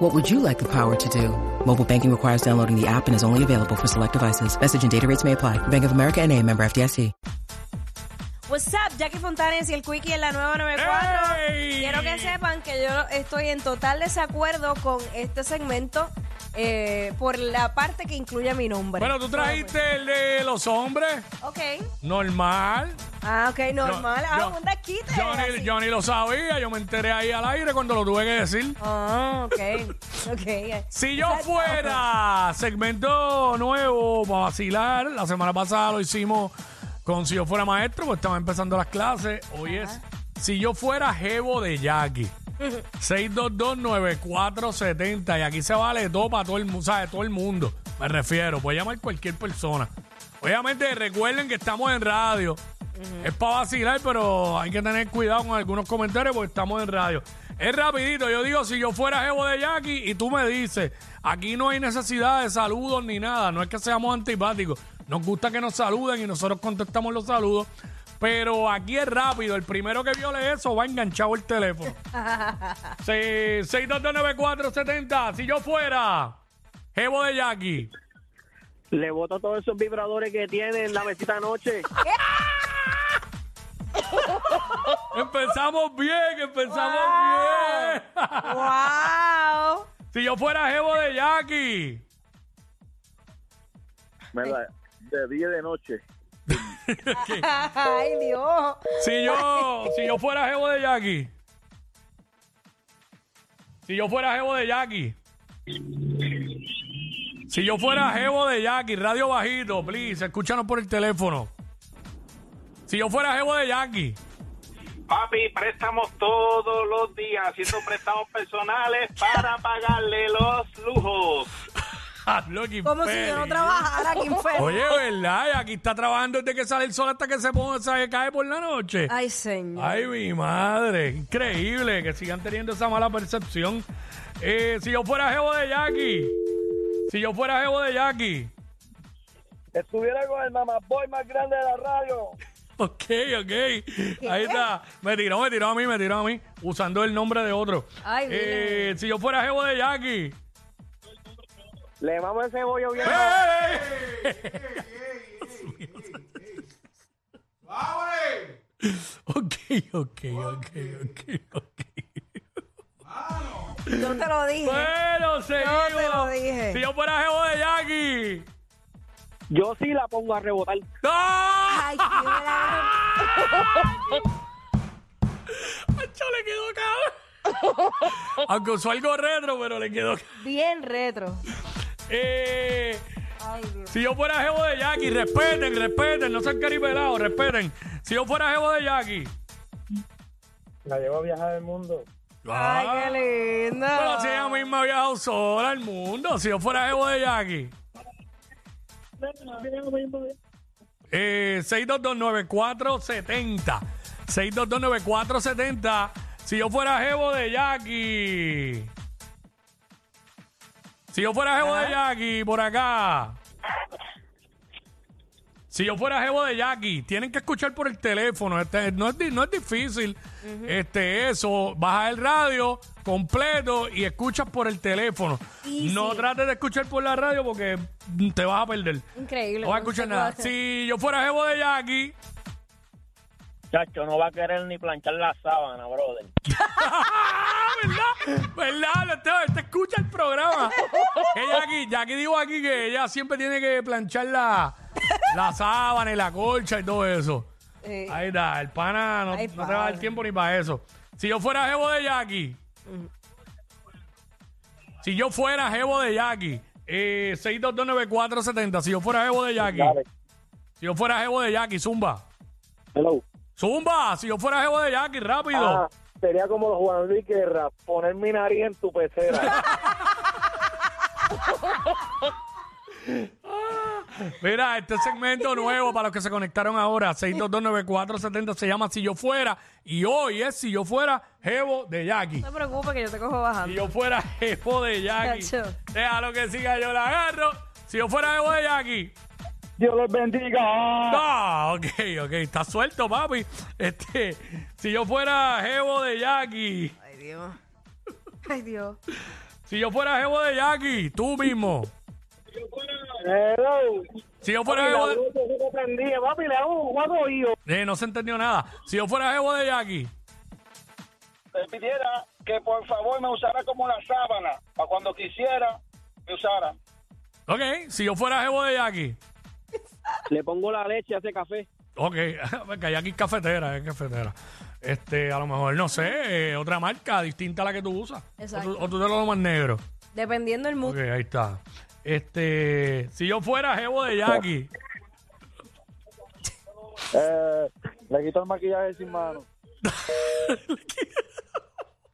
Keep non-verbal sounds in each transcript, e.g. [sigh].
What would you like the power to do? Mobile banking requires downloading the app and is only available for select devices. Message and data rates may apply. Bank of America and a member FDIC. What's up, Jackie Fontanes y el Quickie en la nueva 94. ¡Ey! Quiero que sepan que yo estoy en total desacuerdo con este segmento eh, por la parte que incluye mi nombre. Ah, Bueno, tú trajiste el de los hombres, Ok. normal. Ah, ok, normal. ah, yo- un desquite. Yo así. ni, yo ni lo sabía, yo me enteré ahí al aire cuando lo tuve que decir. Ah, ok. Ok. eh. Si yo Exacto. fuera segmento nuevo para vacilar, la semana pasada lo hicimos con Si yo fuera maestro, pues estaba empezando las clases. Hoy es Si yo fuera jevo de Jackie. 6229470 y aquí se vale todo para todo el mundo, ¿sabes? Todo el mundo, me refiero, puede llamar cualquier persona. Obviamente recuerden que estamos en radio. Es para vacilar, pero hay que tener cuidado con algunos comentarios porque estamos en radio. Es rapidito, yo digo, si yo fuera jevo de Jackie y tú me dices, aquí no hay necesidad de saludos ni nada, no es que seamos antipáticos, nos gusta que nos saluden y nosotros contestamos los saludos, pero aquí es rápido, el primero que viole eso va enganchado el teléfono. Sí, 6229470. Si yo fuera Jevo de Jackie. Le boto todos esos vibradores que tiene en la mesita [laughs] anoche. Empezamos bien, empezamos bien. [laughs] ¡Wow! si yo fuera Jevo de Jackie. Me la- de día y de noche. ¡Ay, Dios! Si yo, si yo fuera Jevo de Jackie. Si yo fuera Jevo de Jackie. Si yo fuera Jevo de Jackie, radio bajito, please, escúchanos por el teléfono. Si yo fuera Jevo de [laughs] Jackie. Papi, préstamos todos los días, haciendo préstamos personales para pagarle los lujos. hazlo, Kim Como si yo no Pérez. trabajara aquí enfermo. Oye, ¿verdad? Y aquí está trabajando desde que sale el sol hasta que se, pone, se cae por la noche. Ay. Ay, señor. mi madre. Increíble que sigan teniendo esa mala percepción. Eh, si yo fuera jevo de Jackie. Si yo fuera jevo de Jackie. [laughs] Estuviera con el mamaboy más grande de la radio. Ok, ok. Ahí está. Me tiró, me tiró a mí, me tiró a mí. Usando el nombre de otro. Ay, mira. Eh, si yo fuera jevo de Jackie. Le mamo ese bollo bien. Ok, ok, ok, ok, ok. Yo te lo dije. Bueno, seguimos. te lo dije. Si yo fuera jevo de Jackie. Yo sí la pongo a rebotar. ¡No! ¡Ay, qué verdad. Acho, le quedó cabrón. [laughs] Aunque usó algo retro, pero le quedó cabrón. Bien retro. Eh, Ay, Dios. si yo fuera jevo de Jackie, respeten, respeten, no sean caripelados, respeten. Si yo fuera jevo de Jackie. La llevo a viajar el mundo. Ay, qué lindo. Ah. Pero si ella misma ha viajado sola al mundo, si yo fuera jevo de Jackie. Eh, 6229470. 6229470. Si yo fuera jevo de Jackie. Si yo fuera jevo de Jackie, por acá. Si yo fuera jevo de Jackie, tienen que escuchar por el teléfono. este, no, es, di- no es difícil este, eso. Baja el radio completo y escuchas por el teléfono. Easy. No trates de escuchar por la radio porque mm, te vas a perder. Increíble. No vas a no sé escuchar cómo nada. hacer. Si yo fuera jevo de Jackie, Chacho, no va a querer ni planchar la sábana, brother. Ah, ¿verdad? ¿Verdad? Lo te, te escucha el programa. Que Jackie, Jackie digo aquí que ella siempre tiene que planchar la, la sábana y la colcha y todo eso. Eh, Ahí está, el pana no, Ay, no te va a pana. dar tiempo ni para eso. Si yo fuera jevo de Jackie, si yo fuera jevo de Jackie, eh, 6229470, si yo fuera jevo de Jackie, Dale. si yo fuera jevo de Jackie, zumba. Hello. Zumba, si yo fuera jevo de Jackie, rápido. Ah, sería como los Juan Luis Guerra, poner mi nariz en tu [laughs] pecera. Mira, este segmento nuevo para los que se conectaron ahora, 6229470, se llama Si Yo Fuera. Y hoy es Si Yo Fuera Jevo de Jackie. No te preocupes que yo te cojo Si bajando. yo fuera Jevo de Jackie, Chacho. déjalo que siga, yo la agarro. Si yo fuera Jevo de Jackie. Dios los bendiga. Ah, ok, ok, está suelto, papi. Este, si yo fuera Jevo de Jackie. Ay, Dios. Ay, Dios. Si yo fuera jevo de Jackie, tú mismo. Hello. Si yo fuera jevo de... Papi, le hago un guapo yo. Eh, no se entendió nada. Si yo fuera jevo de Jackie. Le pidiera que por favor me usara como la sábana. Para cuando quisiera, me usara. Ok, si yo fuera jevo de Jackie. Le pongo la leche a ese café. Ok, [laughs] porque Jackie es cafetera, es cafetera. Este, a lo mejor, no sé, eh, otra marca distinta a la que tú usas. Exacto. O tú, o tú te lo más negro. Dependiendo del mood. Ok, ahí está. Este, si yo fuera jevo de [laughs] Jackie. Eh, le quito el maquillaje sin mano.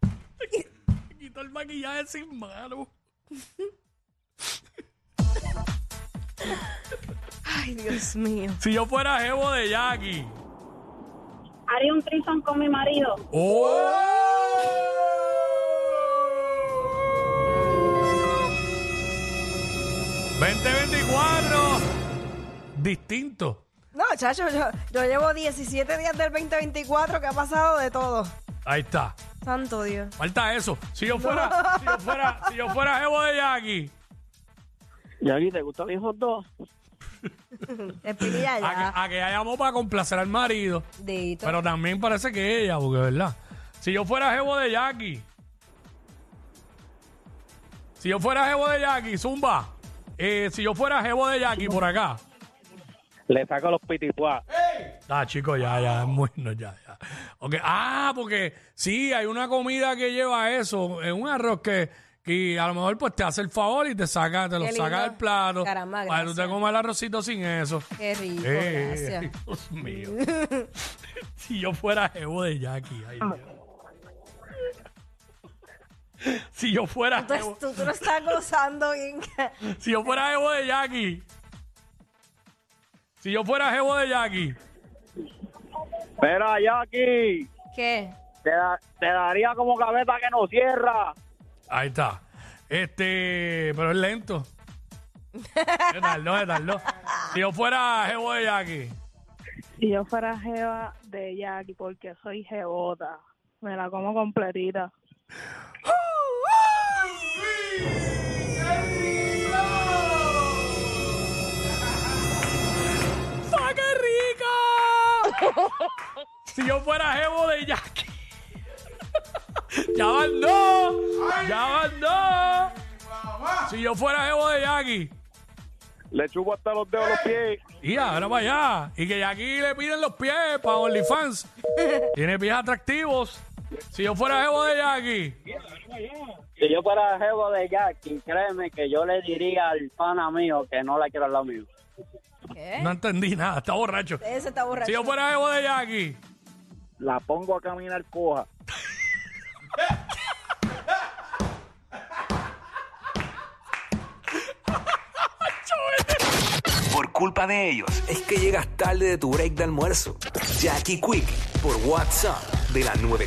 Me quitó el maquillaje sin mano. Ay, Dios mío. Si yo fuera jevo de Jackie. Haría un trison con mi marido. ¡Oh! 2024. Distinto. No, chacho, yo, yo llevo 17 días del 2024 que ha pasado de todo. Ahí está. Santo Dios. Falta eso. Si yo fuera, si yo fuera, si yo fuera jevo de Jackie. Jackie, ¿te gustan mis hot dogs? Espinilla A que, ya. a que ella llamó para complacer al marido. Dedito. Ah, Pero también parece que ella, porque verdad. Si yo fuera jevo de Jackie. Si yo fuera jevo de Jackie, Zumba. eh, si yo fuera jevo de Jackie por acá. Le saco los pitipuá. Ah, chicos, ya, ya, es muy, no, ya, ya. Ok, Ah, porque sí, hay una comida que lleva eso, es un arroz que, que a lo mejor pues te hace el favor y te saca, te lo Qué saca lindo. del plato. Caramba, para que tú te gracias. comas el arrocito sin eso. Qué rico, Eh, gracias. [laughs] [laughs] Dios mío. si yo fuera jevo de Jackie, ay, Dios. Si yo fuera Tú, jevo- tú, tú lo estás gozando bien. ca- si yo fuera jevo de Jackie. Si yo fuera jevo de Jackie. Espera, Jackie. ¿Qué? Te, da- te daría como cabeza que no cierra. Ahí está. Este, pero es lento. Se tardó, se tardó. Si yo fuera jevo de Jackie. Si yo fuera jeva de Jackie, porque soy jebota, me la como completita. ¡Ah, qué rico! si yo fuera jevo de Jackie. ya van dos. Ya van dos. Si yo fuera jevo de Jackie. Le chupo hasta los dedos los pies. Y ahora para allá. Y que Jackie le piden los pies para OnlyFans. Tiene pies atractivos. Si yo fuera jevo de Jackie. Si yo fuera jevo de Jackie, créeme que yo le diría al pana mío que no la quiero al lado mío. ¿Qué? No entendí nada, está borracho. Ese está borracho. Si yo fuera jevo de Jackie. La pongo a caminar coja. Por culpa de ellos es que llegas tarde de tu break de almuerzo. Jackie Quick por WhatsApp de la 94.